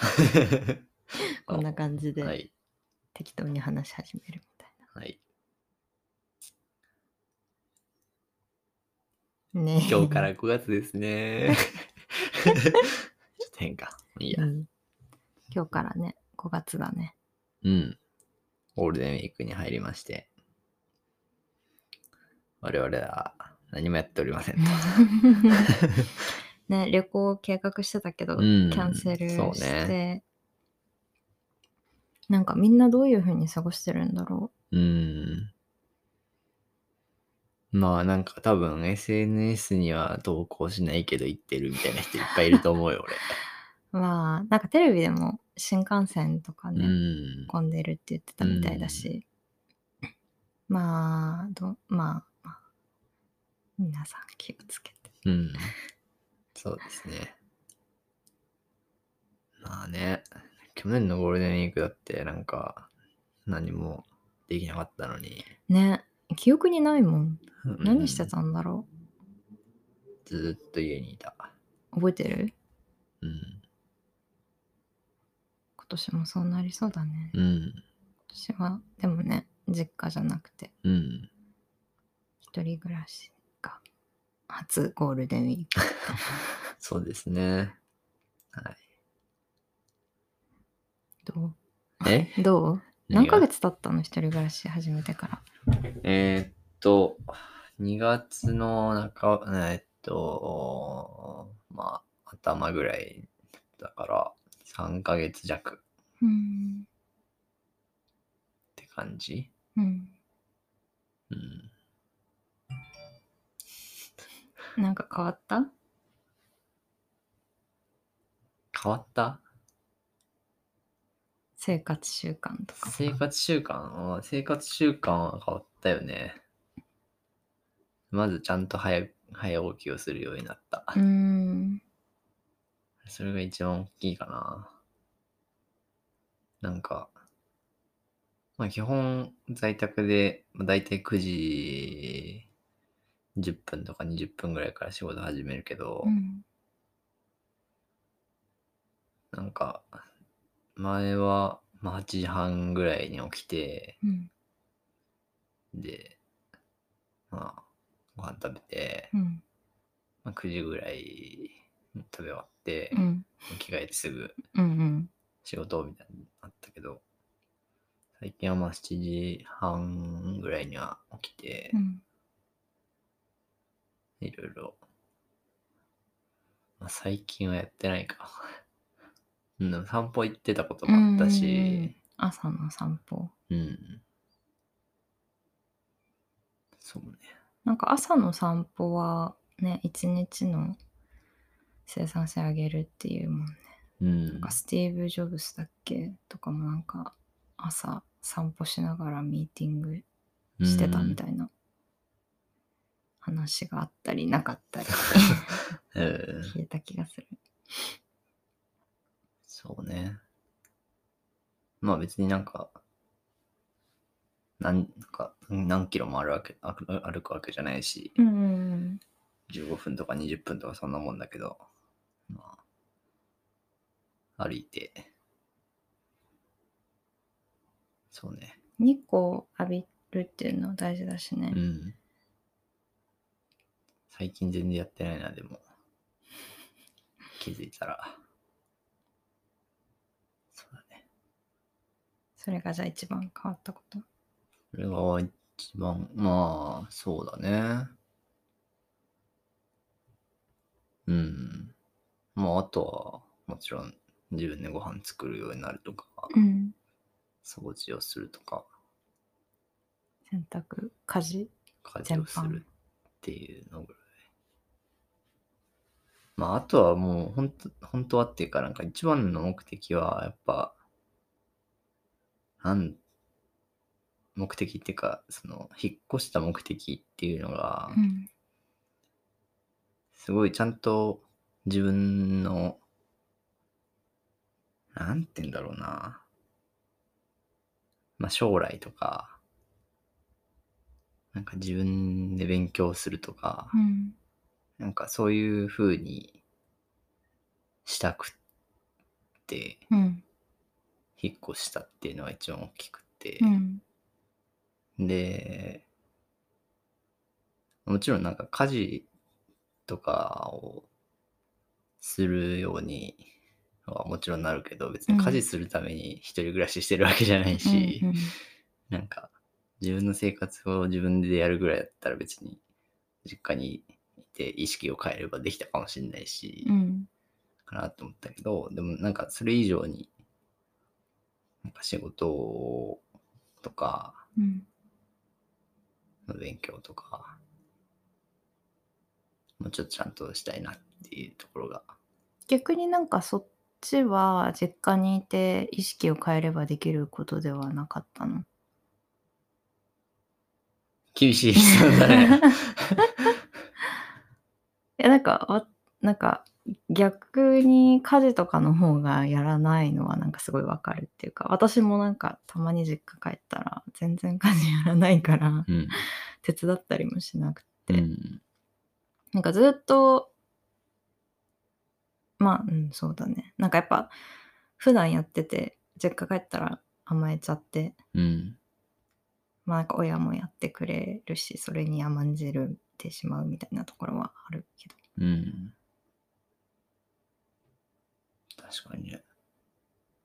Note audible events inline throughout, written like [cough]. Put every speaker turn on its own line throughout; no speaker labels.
[laughs] こんな感じ
は
で
い。
適当に話し始めるみたい
はい。
な。ねえ
今日から5月ですね。ちょっと変か。いいや
[laughs] う。ん今日からね、5月だね。
うん。ゴールデンウィークに入りまして。我々は何もやっておりませんと。
[laughs] ね、旅行を計画してたけど、
うん
キャンセルして、
そうね
なんかみんなどういうふうに過ごしてるんだろ
うん。まあなんか多分 SNS には投稿しないけど行ってるみたいな人いっぱいいると思うよ、
[laughs] う。まあ、なんかテレビでも新幹線とか
俺。う
ね、
ん。
混んでるって言ってたみたいだし、まあどまあまあ皆さん気をつけて
うん。 [laughs] そうですね。まあね、去年のゴールデンウィークだってなんか何もできなかったのに。
ね記憶にないもん何して
うん
たんだろ
ずーっと家にいた。
う覚えてる
うん。
今年もそうなりそうだね今
うん。
年はでもね実家じゃなくて
うん。
一人暮らしが初ゴールデンウィーク
そうですね。
ど
え
うどう何
何
ヶ
が
月経ったの一人暮らし始めてから
えーっと、2月の中、えーっと、まあ、頭ぐらいだから、3ヶ月弱っ
うん
て感じ
うん
うん。
なんか変わった
変わった
生活習慣とか
生活習慣うん生活習慣は変わったよね。まずちゃんと早早起きをするようになった。
うん
それが一番大きいかな。なんか、まあ基本在宅で、まあ、大体9時10分とか20分ぐらいから仕事始めるけど、
うん
なんか前は、まあ、8時半ぐらいに起きて、
うん
で、まあご飯食べて、
うん
まあ、9時ぐらいに食べ終わって、
うん
着替えてすぐ
うん
仕事みたいになったけど、最近はまあ7時半ぐらいには起きて
う、ん
いろいろ、まあ、最近はやってないか。 [laughs] うんでも散歩行ってたこともあったし、
朝の散歩
うんそうね。
なんか朝の散歩はね一日の生産性上げるっていうもんね
うん
なんか。スティーブ・ジョブスだっけとかもなんか朝散歩しながらミーティングしてたみたいな話があったりなかったり
い。うん。
聞いた気がする
そうね。まあ別になんか、なんなんか何キロもあるわけあ歩くわけじゃないし、
うん
15分とか20分とかそんなもんだけど、まあ、歩いて、そうね。
日光浴びるっていうの大事だしね、
うん。最近全然やってないな、でも。気づいたら。そうだね。
それがじゃあ一番変わったこと
それが一番、まあ、そうだね。うん。まあ、あとは、もちろん、自分でご飯作るようになるとか、
うん
掃除をするとか、
洗濯家事
家事
全
をす
般
るっていうのぐらい。まあ、あとはもう、本当本当はっていうか、なんか一番の目的は、やっぱ、なん、目的っていうか、その、引っ越した目的っていうのが、
うん
すごいちゃんと自分の、なんて言うんだろうな。まあ将来とか、なんか自分で勉強するとか、
うん
なんかそういう風にしたくって、
うん。
引っ越したっていうのが一番大きくて
う、ん。
で、もちろんなんか家事とかをするようにはもちろんなるけど、別に
うん
家事するために一人暮らししてるわけじゃないし、
うんうん
なんか自分の生活を自分でやるぐらいだったら別に実家にいて意識を変えればできたかもしれないし、
うん。
かなと思ったけど、でもなんかそれ以上に、なんか仕事とか
うん。
の勉強とか、もうちょっとちゃんとしたいなっていうところが。
逆になんかそっちは実家にいて意識を変えればできることではなかったの。
厳しい質問だ
[laughs]
ね。
いやなんかわなんか逆に家事とかの方がやらないのはなんかすごいわかるっていうか私もなんかたまに実家帰ったら全然家事やらないから
[laughs] うん。
手伝ったりもしなくて、
うん。
なんかずっとまあうんそうだねなんかやっぱ普段やってて実家帰ったら甘えちゃって
うん。
まあなんか親もやってくれるしそれに甘んじるってしまうみたいなところはあるけど
うん。確かにね。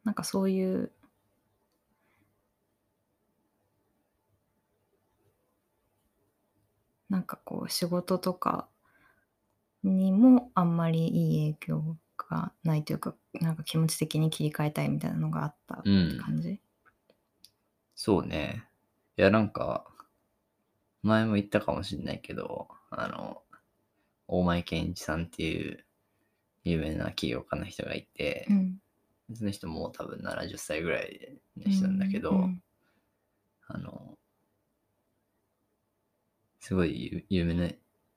なんかそういうなんかこう仕事とかにもあんまりいい影響がないというかなんか気持ち的に切り替えたいみたいなのがあったって
うん。
感じ、
そうね。いや、なんか、前も言ったかもしれないけど、あの、大前健一さんっていう有名な起業家の人がいて、
うん
その人も多分70歳ぐらいの人なんだけど、
うん
あの、すごい有有名な、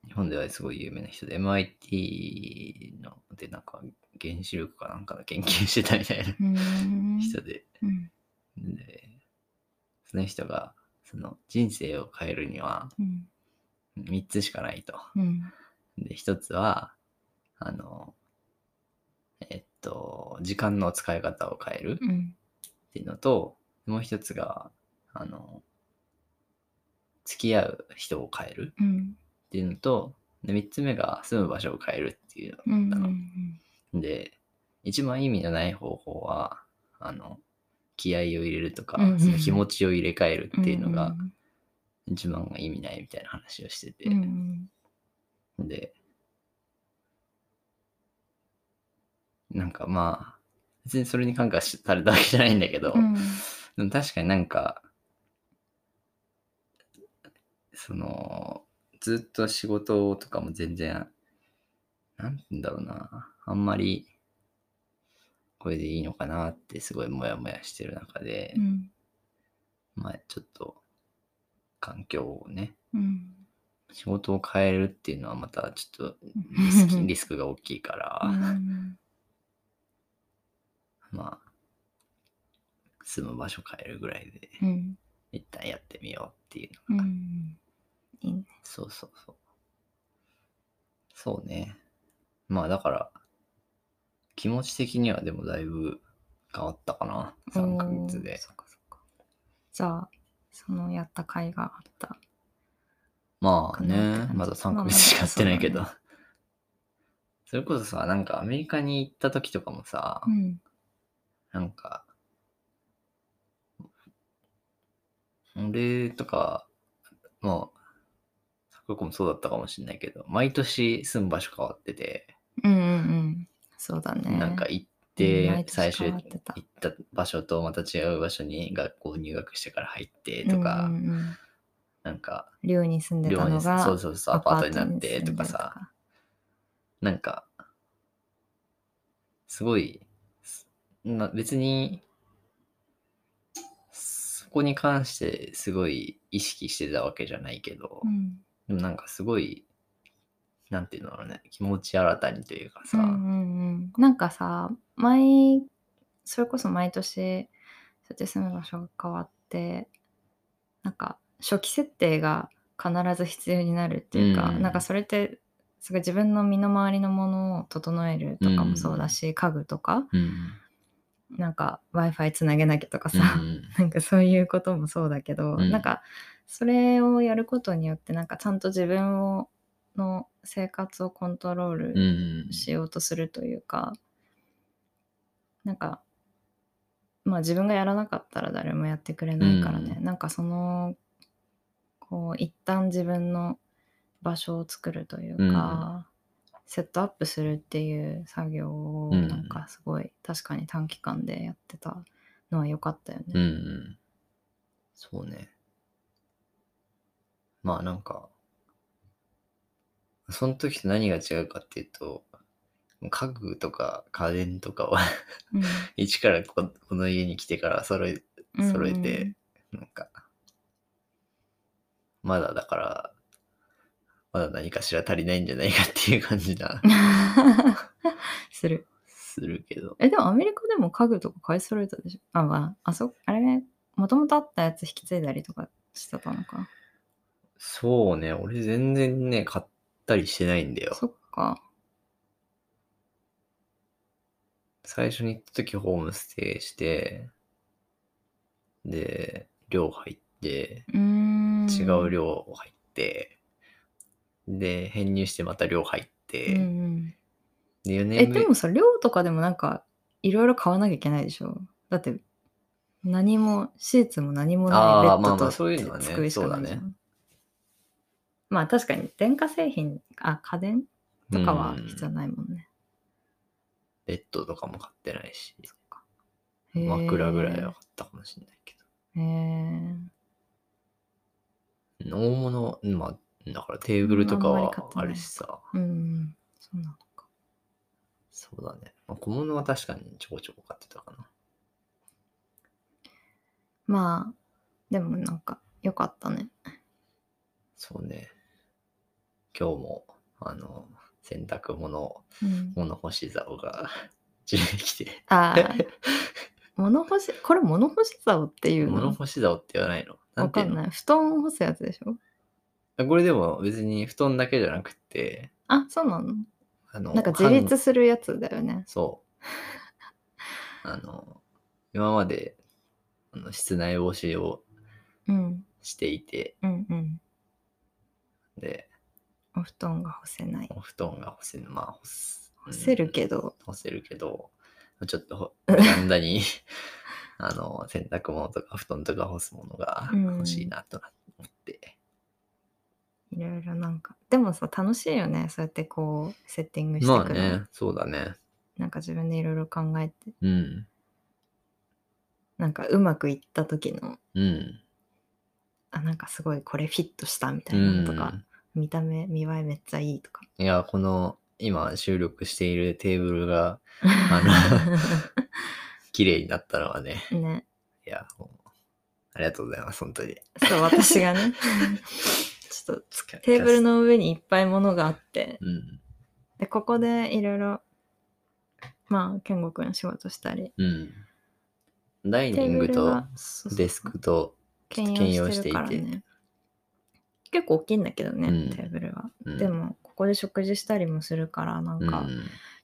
日本ではすごい有名な人で、MIT のでなんか原子力かなんかの研究してたみたいな
うん
人で、
うん
で、その人が、その人生を変えるには
うん
3つしかないと。
うん
で、1つは、あの、えっと、時間の使い方を変える
うんうん
っていうのと、もう1つが、あの、付き合う人を変える
うん
っていうのと、で3つ目が住む場所を変えるっていう
うん
だ
う
なんの。で、一番意味のない方法は、あの、気合を入れるとか
うんうんう、ん
その気持ちを入れ替えるっていうのが、
ん
一番意味ないみたいな話をしてて、
うんうん
でなんかまあ別にそれに感化しされたわけじゃないんだけど、
うん
でも確かになんかそのずっと仕事とかも全然なんて言うんだろうなあんまりこれでいいのかなってすごいモヤモヤしてる中で、
うん
まあちょっと環境をね、
うん
仕事を変えるっていうのはまたちょっと
うん
リスキリスクが大きいから、
うん
まあ住む場所変えるぐらいで
うん
一旦やってみようっていう
う
のが、
んいいね
そうそうそうそうねまあだから気持ち的にはでもだいぶ変わったかな3ヶ月
おー
で
そっかそっかじゃあそのやった甲斐があった
まあ
かなって
ね
感じ
まだ3
まあ
ヶ
ま
月
だ
しかやってないけど、
そう
それこそさなんかアメリカに行った時とかもさ、
うん
なんか、俺とか、まあ、桜子もそうだったかもしれないけど、毎年住む場所変わってて、
うんうんうんそうだね
なんか行っ
うん
て
毎、年
最初
変
行
わっ
って
た
た場所とまた違う場所に学校入学してから入ってとか、
うんうんうん
なんか、
寮に住んでたのが
そうそうそう、アパートになってとか
ア
さ、
パ
なんか、すごい、すな別に、そこに関してすごい意識してたわけじゃないけど
ート、に住んでた
でもなんかすごい、なんていうのかね、気持ち新たにというかさ、
かうんうんうんうんなんかさ毎それこそ毎年そうやって住む場所が変わってなんか初期設定が必ず必要になるっていうか、
うん
なんかそれってすごい自分の身の回りのものを整えるとかもそうだし、家具とか
うん
なんか w i f i つなげなきゃとかさ、
うん
[laughs] なんかそういうこともそうだけ
う
ど、
ん
なんかそれをやることによってなんかちゃんと自分をの生活をコント
うん
ロー
う
ル
ん
しようとするというか、なんかまあ自分がやらなかったら誰もやってくれないからね、なんかそのこう一旦自分の場所を作るというか、セットアップするっていう作業を
うん
なんかすごい、確かに短期間でやってたのは良かったよね。
うんうん。そうね。まあなんか、その時と何が違うかっていうと、家具とか家電とかは
うん
[laughs] 一からここの家に来てから揃え、揃えて、なんか、まだだから、まだ何かしら足りないんじゃないかっていう感じな
う、んうん [laughs] する
するけど。
えでもアメリカでも家具とか買い揃えたでしょあまああそあれねもともとあったやつ引き継いだりとかしてたのか
そうね、俺全然ね、買ったりしてないんだよ。
そっか
最初に行った時ホームステイしてで寮入って
うーん
違う寮入って、で編入してまた寮入って、
うんうん
で4
え
年目
でもさ寮とかでもなんかいろいろ買わなきゃいけないでしょだって何もシーツも何もないベ
あー
ッ
まあま
ド
あ
と
そういうのはね
机しかないじゃ
そうだ
んまあ確かに電化製品あ家電とかは必要
うん
ないもんね、
ベッドとかも買ってないし
へー
枕ぐらいは買ったかもしれないけ
へー
ど大物まあだからテーブルとか
うんあん
は
まり買ってな
あ
い
るしさ
うんそうなのか
そうだね、まあ、小物は確かにちょこちょこ買ってたかな
まあでもなんか良かったね
そうね今日もあの洗濯物を
うん
物干し竿が [laughs] 自分で来て。
あ
[laughs]
ー物干しこれ物干し竿っていう
物
の
干し竿って言わないのな
わ
んて
か
いうんの
ない布団を干すやつでしょ
これでも別に布団だけじゃなくて、
あそうなの
あの、
なんか自立
ハン
するやつだよね [laughs]
そう。あの、今まであの室内干しを
うん
していて、
うんうん
で、
お布団が干せない
お布団が干せる、まあ干す。
干せるけど、
うん。干せるけど、ちょっとほベランダに [laughs] あの洗濯物とか布団とか干すものが欲しいなと思って。
いろいろなんかでもさ楽しいよねそうやってこうセッティングして
まあ
くる、
ね、そうだね。
なんか自分でいろいろ考えて
うん。
なんかうまくいった時の
うん。
あなんかすごいこれフィットしたみたいなのとか、見た目見栄えめっちゃいいとか
うんいや、この今収録しているテーブルが
あ
綺麗になったのはね、
のね
いや、もうありがとうございます、本
[laughs]
当に。
そう私
[laughs]
がねちょっとテーブル。の上にいっぱい物があって
うん。
でここでいろいろまあ健吾くん仕事したり
うん。ダイ
テ
ニ
ー
ン
ブ
グ
ル
と
はそうそう
デスクと、
兼用してるから
兼用してい
ね結構大きいんだけどね、
うん
テーブルは、
うん
でもここで食事したりもするからなん
う
か
ん。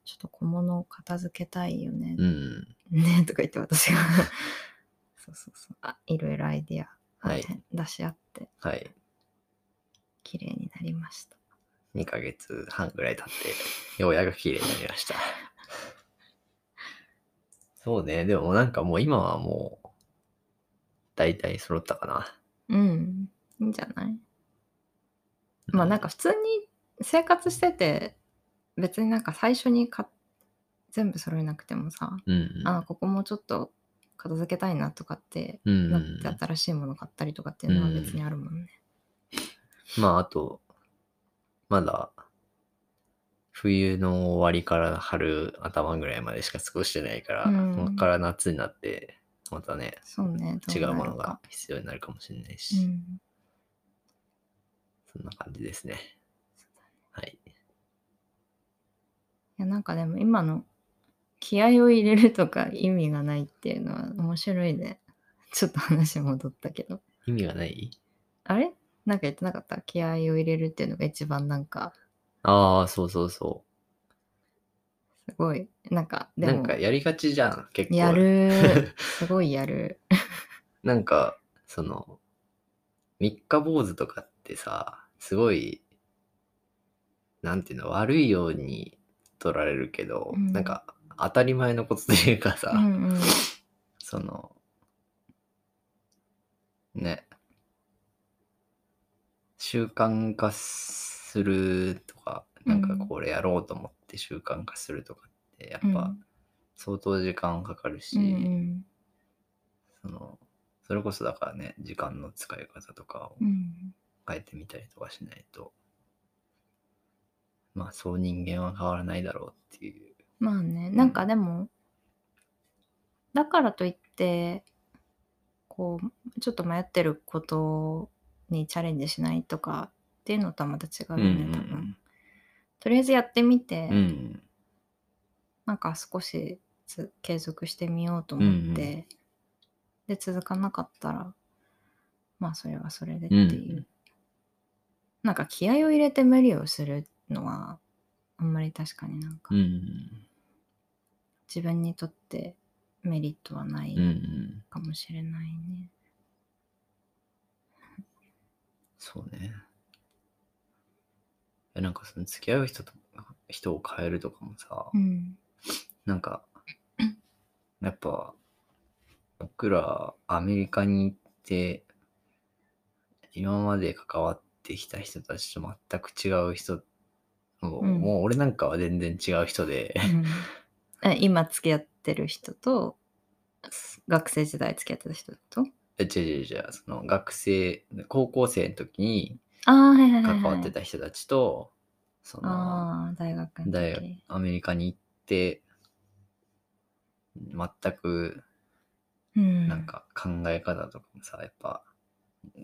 ちょっと小物を片付けたいよね、
うん。
ねとか言って私が [laughs] そうそうそうあいろいろアイディアをね、
はい
出し合って
はい。
綺麗になりました
2ヶ月半ぐらい経って、ようやく綺麗になりました。そうね、でもなんかもう今はもう、大体揃ったかな。
うんいいんじゃないまあなんか普通に生活してて別になんか最初にか全部揃えなくてもさ、
うんうん、
あここもちょっと片付けたいなとかって
うん
なって新しいもの買ったりとかっていうのは別にあるもんね。
まああと、まだ、冬の終わりから春頭ぐらいまでしか過ごしてないから、
うん
ここから夏になって、またね、
そうね。ど
違
な
う
るか
ものが。必要になるかもしれないうし、
ん。
そんな感じですね。はい。
いやなんかでも今の気合を入れるとか意味がないっていうのは面白いね。 [laughs] ちょっと話戻ったけど。
意味がない
あれなんか言ってなかった気合を入れるっていうのが一番なんか
ああ、そうそうそ
すごい。なんか、で
なん
も
か、やりがちじゃん、結構。[laughs]
や [laughs] る。すごいやる。
なんか、その、三日坊主とかってさ、すごい、なんていうの、悪いように取られるけど、
うん
なんか、当たり前のことというかさ、
うんうん。
その、ね、習慣化するとか、なんか
うん
これやろうと思って習慣化するとかって、や
う
っ
ん
ぱ相当時間かかるし、
うん
そのそれこそだからね時間の使い方とかを
うんうん
変えてみたりとかしないと、まあそう人間は変わらないだろうっていう
まあね、なんかでも、だからといって、こう、ちょっと迷ってることにチャレンジしないとかっていうのとはまた違うよね、多分。とりあえずやってみて、
うんうん
なんか少しつ継続してみようと思って、
うん
で続かなかったらまあそれはそれでって
うん
いう、なんか気合を入れて無理をするのはあんまり確かになんか
うんうん
自分にとってメリットはない
うんうん
かもしれないね。
そうねいやなんかその付き合う人と人を変えるとかもさ、
うん。
なんかやっぱ僕らアメリカに行って今まで関わってきた人たちと全く違う人もう,、
うん
もう俺なんかは全然違う人で
うん [laughs] え今付き合ってる人と学生時代付き合ってた人と
え [laughs] 違う違う違うその学生高校生の時に
ああはいはいはい、はい、
関わってた人たちと、その
ああ大学の時
大学アメリカに行って全く
うん、
なんか考え方とかもさ、やっぱ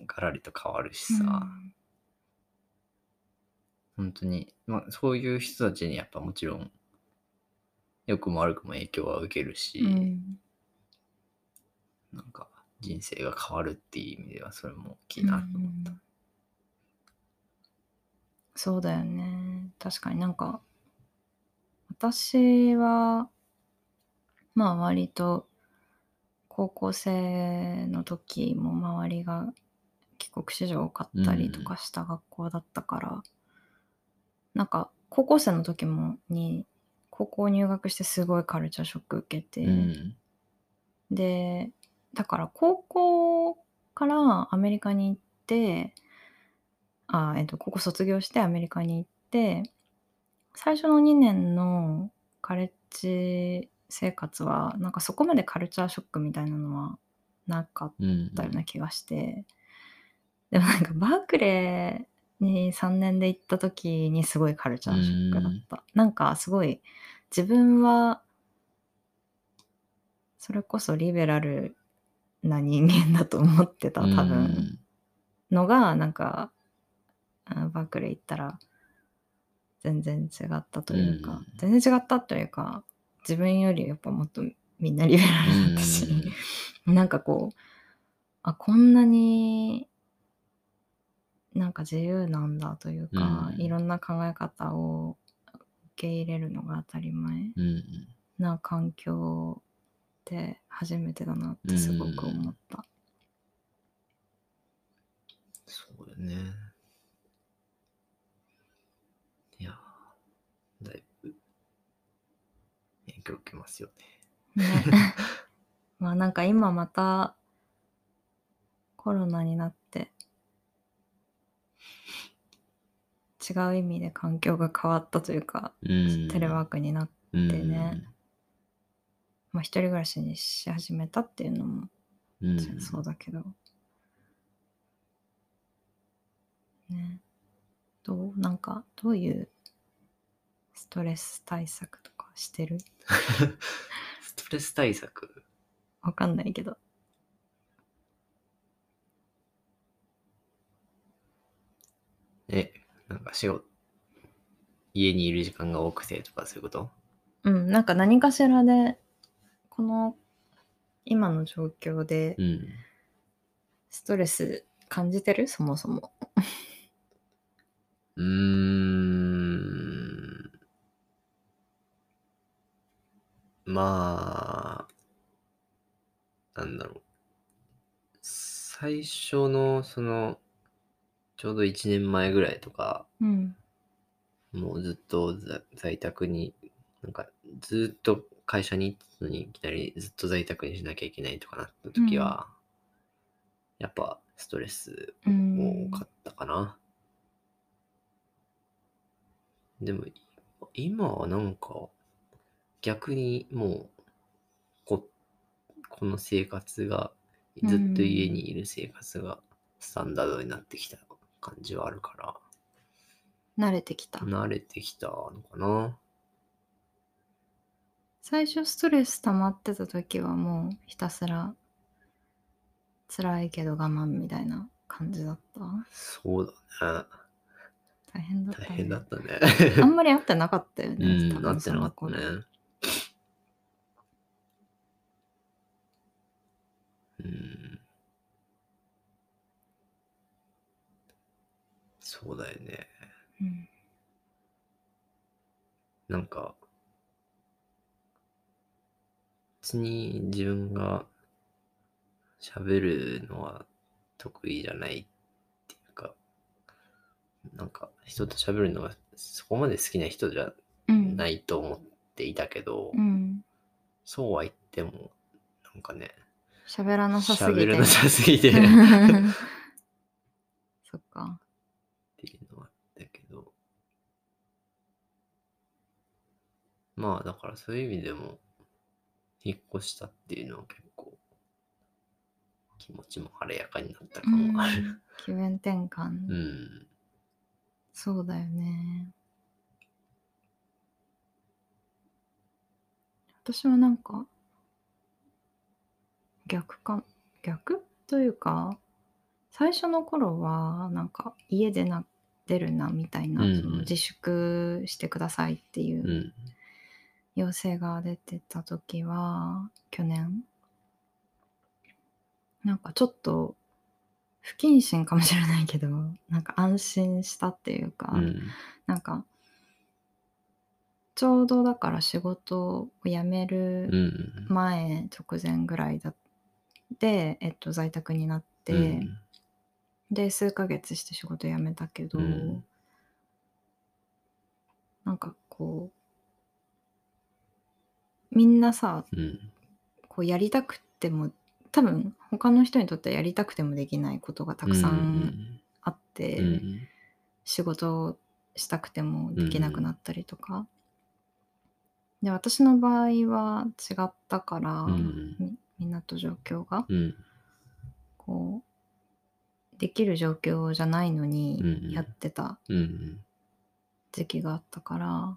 ガラリと変わるしさ、本当に、まあ、そういう人たちにやっぱもちろん良くも悪くも影響は受けるし、
うんうん
なんか人生が変わるっていう意味ではそれも大きいなと思った
うん。そうだよね確かになんか私はまあ割と高校生の時も周りが帰国子女多かったりとかした学校だったから、なんか高校生の時もに高校入学してすごいカルチャーショック受けて、
うん
でだから高校からアメリカに行ってあ、えっと、ここ卒業してアメリカに行って最初の2年のカレッジ生活はなんかそこまでカルチャーショックみたいなのはなかっ
うん
たような気がして、でもなんかバークレーに3年で行った時にすごいカルチャーショックだった、なんかすごい自分はそれこそリベラルな人間だと思ってた多分のがなんか、あバークレー行ったら全然違ったというか、全然違ったというか自分よりやっぱもっとみんなリベラルだったし。なんかこう、あ、こんなになんか自由なんだというか、
うん
いろんな考え方を受け入れるのが当たり前
うんうん
な環境って初めてだなってすごく思った。
そうだね。いやー、だいぶ影響受けますよね。
ね
[laughs]
まあなんか今またコロナになって違う意味で環境が変わったというか、
うん
テレワークになって
ー
てね。まあ、一人暮らしにし始めたっていうのも
うんうん
そうだけど、ねどうなんかどういうストレス対策とかしてる
[laughs] ストレス対策
わかんないけど
え、なんか仕事、家にいる時間が多くてとかそういうこと
うんなんか何かしらでこの今の状況で
うん。
ストレス感じてるそもそも
うーん。まあ、なんだろう。最初の、その、ちょうど1年前ぐらいとか、
うん。
もうずっと在在宅に、なんかずっと会社に行ったのに、いきなりずっと在宅にしなきゃいけないとかなった時は、やっぱストレス
うん。
も多かったかな。でも、今はなんか、逆にもう、こ、この生活が、ずっと家にいる生活がスタンダードになってきた感じはあるから。
慣れてきた。
慣れてきたのかな
最初ストレス溜まってた時はもうひたすら辛いけど我慢みたいな感じだった
そうだね
大変だった、
大
ね、
変だったね
あんまり会ってなかったよ
う
ね、
ん
多
な
分
ってなか
そ
っ
の
たね
頃
うんそうだよね
うん
なんか別に自分が喋るのは得意じゃないっていうかなんか人と喋るのがそこまで好きな人じゃ
うん
ないと思っていたけど、
うん
そうは言ってもなんかね
喋らなさすぎて
喋らなさすぎ
[laughs]
てって
そっか
いうのはあったけどまあだからそういう意味でも引っ越したっていうのは結構気持ちも晴れやかになった感もある
気分転
う
換、
ん、
そうだよね私はなんか逆か逆というか最初の頃はなんか家でな出るなみたいな、
うんうん
その自粛してくださいっていううん要請が出てた時は去年なんかちょっと不謹慎かもしれないけどなんか安心したっていうか、
うん
なんかちょうどだから仕事を辞める
うん
前直前ぐらいだで、えっと、在宅になって、
うん
で数ヶ月して仕事辞めたけど、
うん
なんかこうみんなさ
うん
こうやりたくても多分他の人にとってはやりたくてもできないことがたくさんあって、
うんうん
仕事をしたくてもできなくなったりとか、で私の場合は違ったから、
うん
みみんなと状況が
うん
こうできる状況じゃないの
うんう
に
ん
やってた
うん
時期があったから、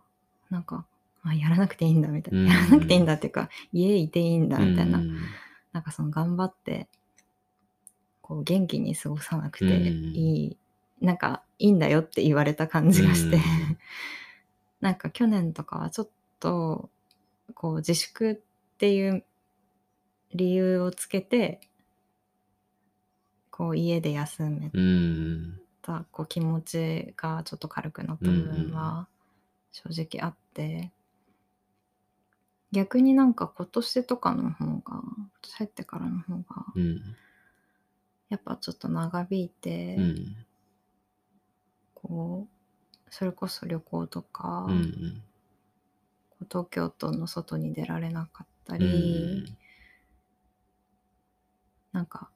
なんかあやらなくていいんだみたいな、
うん
やらなくていいんだっていうか家いていいんだ
うん
みたいな、
うん
なんかその頑張ってこう元気に過ごさなくて
うん
いい、なんかいいんだよって言われた感じがして、
うん
なんか去年とかはちょっとこう自粛っていう理由をつけてこう家で休め
うん
たこう気持ちがちょっと軽くなった部分は正直あって、逆になんか今年とかの方が今年入ってからの方が
うん
やっぱちょっと長引いて、
うん
こうそれこそ旅行とか、
うん
こう東京都の外に出られなかった
う
り、
ん
なんか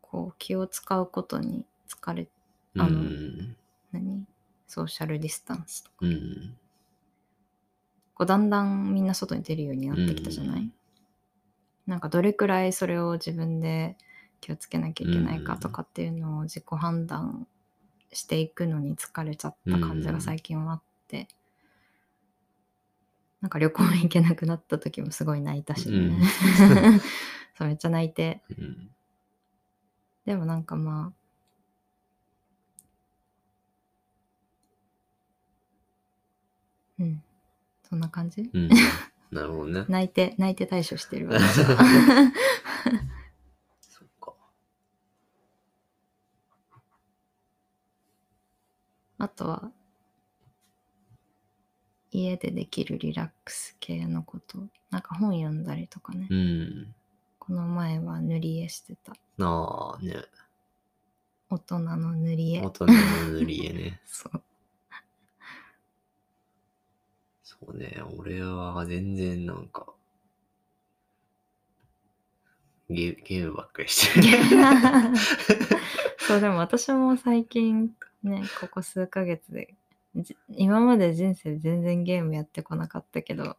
こう気を使うことに疲れ
うん
あの何ソーシャルディスタンスとか、
うん
こうだんだんみんな外に出るようになってきたじゃない、
うん
なんかどれくらいそれを自分で気をつけなきゃいけないか
うん
とかっていうのを自己判断していくのに疲れちゃった感じが最近はあって、なんか旅行に行けなくなった時もすごい泣いたしね、
うん
[laughs] そうめっちゃ泣いて
うん
でもなんかまあうんそんな感じ [laughs]
うんなるほどね。
泣いて泣いて対処して
[laughs]
るわ
そっか。
あとは家でできるリラックス系のことなんか本読んだりとかね、
うん。
この前は塗り絵してた
なあね。
大人の塗り絵。
大人の塗り絵ね [laughs]
そう
そうね。俺は全然なんか、ゲゲームばっかりしてる。
[laughs] そうでも私も最近ねここ数ヶ月でじ今まで人生全然ゲームやってこなかったけど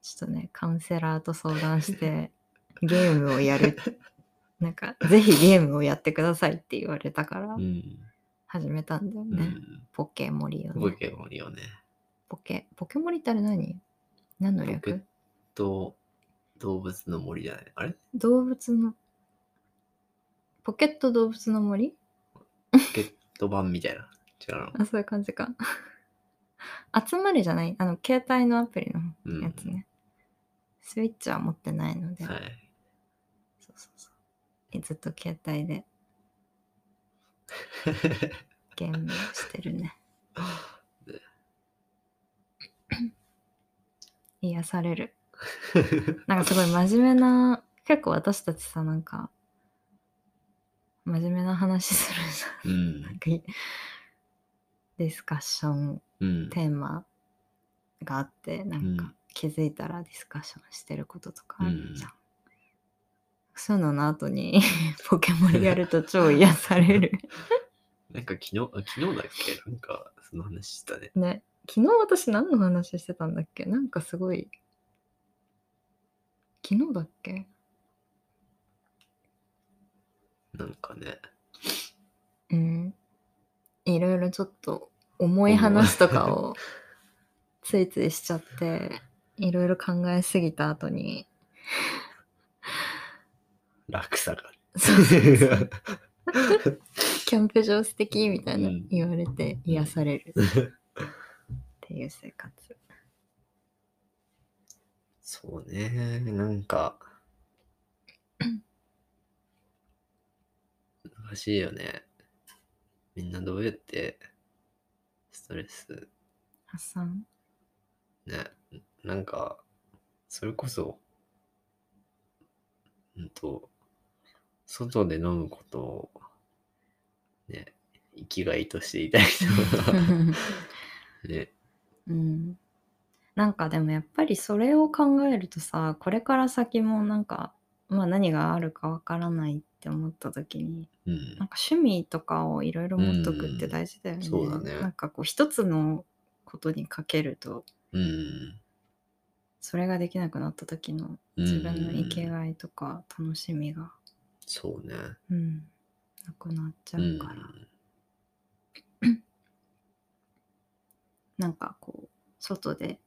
ちょっとねカウンセラーと相談して
[laughs]
ゲームをやるなんかぜひゲームをやってくださいって言われたから
うん。
始めたんだよ
う
ね、
ん。
ポケモリを
ポ
ね
ケモンよね。
ポケポケモリってあれ何何の
ポケッ
略
ト動物の森じゃない。あれ
動物のポケット動物の森
ポケット版みたいな。違うの。
あ、そういう感じか。集まるじゃないあの、携帯のアプリ
うん
のやつね。スイッチは持ってないので、
はい。
そうそうそうずっと携帯でゲームをして
[laughs]
るね。癒さ
[laughs]
れる。なんかすごい真面目な、結構私たちさ、なんか、真面目な話するじ
う
ゃん。なん
ん。
かい、ディスカッション
うん。
テーマがあってなん
う
か
ん
気づいたらディスカッションしてることとかあるじゃん、
う
そういうのの後に [laughs] ポケモンやると超癒される
[laughs] なんか昨日、あ昨日だっけなんか、その話したね。
ね昨日私何の話してたんだっけなんかすごい昨日だっけ
なんかね。
うんいろいろちょっと重い話とかをついついしちゃ
[laughs]
っていろいろ考えすぎた後に
落差が。
そうそうそうキャンプ場素敵みたいな
うん
言われて癒さ
[laughs]
れるっていう生活。
そうね。なんか、難しいよね。みんなどうやって、ストレス、
発
[laughs]
散
ね。なんか、それこそ、うんと、外で飲むことを、ね、生きがいとしていたい人がね。
うん。なんかでもやっぱりそれを考えるとさ、これから先もなんか、まあ何があるかわからないって思った時に、
うん
なん。か趣味とかをいろいろ持っとくって大事だよね。
うんそうだね
なんかこう一つのことにかけると、
うん。
それができなくなった時の自分の生きがいとか楽しみが、
そうね。
うん、なくなっちゃうから。なんかこう外で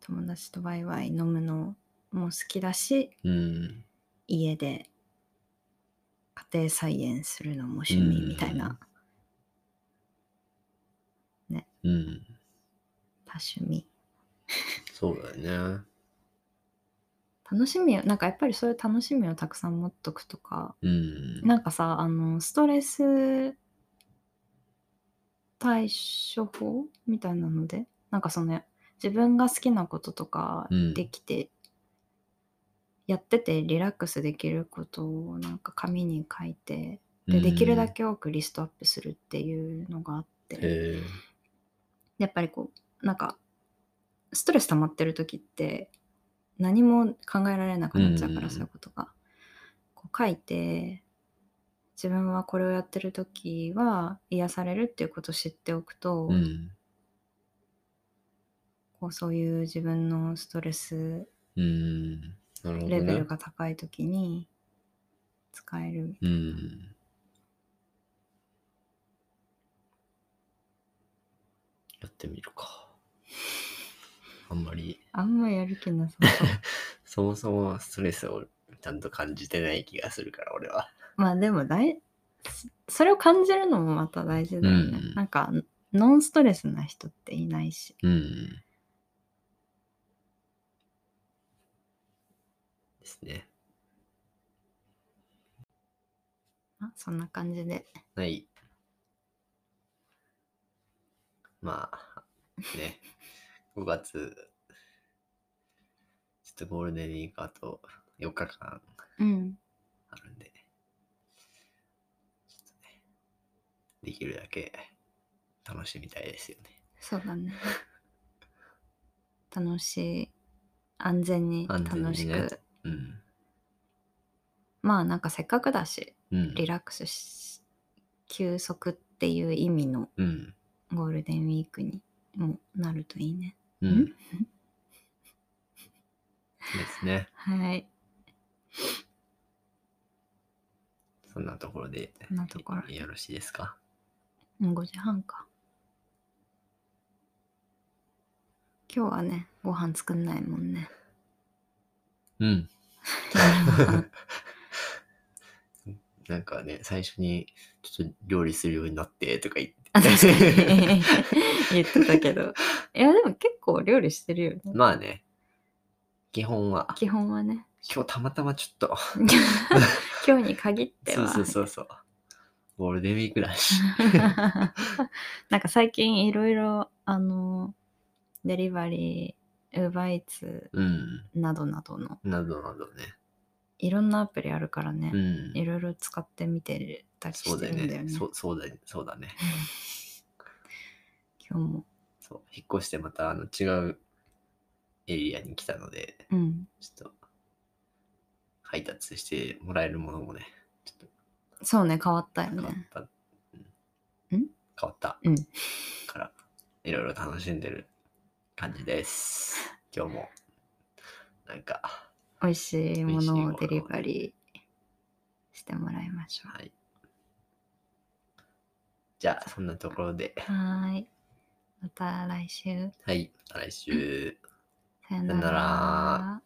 友達とワイワイ飲むのも好きだし
うん。うん。
家で家庭菜園するのも趣味みたいな
うん。
多趣味
そうだよね。
楽しみをなんかやっぱりそういう楽しみをたくさん持っとくとか
うん。
なんかさあのストレス対処法みたいなのでなんかその自分が好きなこととか
うん
できて、やっててリラックスできることをなんか紙に書いてでできるだけ多くリストアップするっていうのがあって、
うん。へえ。
やっぱりこうなんかストレス溜まってる時って何も考えられなくなっちゃうから、
うん
そういうことがこう書いて自分はこれをやってる時は癒されるっていうことを知っておくと、
うん。
こうそういう自分のストレス
うん。なるほどね。
レベルが高い時に使える
うん。やってみるか。あんまり、
あんまやる気なさ
[laughs]
そう
そもそもストレスをちゃんと感じてない気がするから、俺は。
まあでもだいそそれを感じるのもまた大事だよね、
うん
なんかノンストレスな人っていないし
うん。ですね。
あそんな感じで
はい。まあ、ね、5月とゴールデンウィークあと4日間
うん。
あるんで、ちょっとね、できるだけ楽しみたいですよね。
そうだね。楽しい。安全に
安全にね
楽しく。
うん。
まあなんかせっかくだし、
うん。
リラックスし、休息っていう意味の
うん。
ゴールデンウィークにもなるといいね。
うん。ですね。
はい。
そんなところで、
そんなところで
よろしいですか
もう5時半か。今日はね、ご飯作んないもんね。 [laughs]
うん。なん [laughs] かね、最初に、ちょっと料理するようになって、とか言って。
確かに [laughs] 言ってたけど。いや、でも結構料理してるよね。
まあね、基本は、
基本は
[laughs]
ね。
今日たまたまちょっと、
今日に限って
そう
は。
そうそうそう。ゴールデンウィークだし。
[laughs] なんか最近いろいろ、あの、デリバリー、ウーバーイーツ
うん。
などなどの、
などなどね。
いろんなアプリあるからね
う、ん。
いろいろ使ってみてたり
そ
し
う
て
だ
る
よ
んだよね。
ね。そうそうだね。そうだね。
今日も。
そう。引っ越してまた、あの、違うエリアに来たので、
うん。
ちょっと、配達してもらえるものもね、ちょっ
そうね、変わったよ
と変わっ
ね。
た。
う
うんん変わった。
うん
から、いろいろ楽しんでる感じです。今日も、なんか、
美味しいも
美味しいも
のを
のを
デリバリーしてもらいましょ
はい。じゃあ、そんなところで、
う。はーい。また来週。
はい、来週。
さ
さ
よ
よなら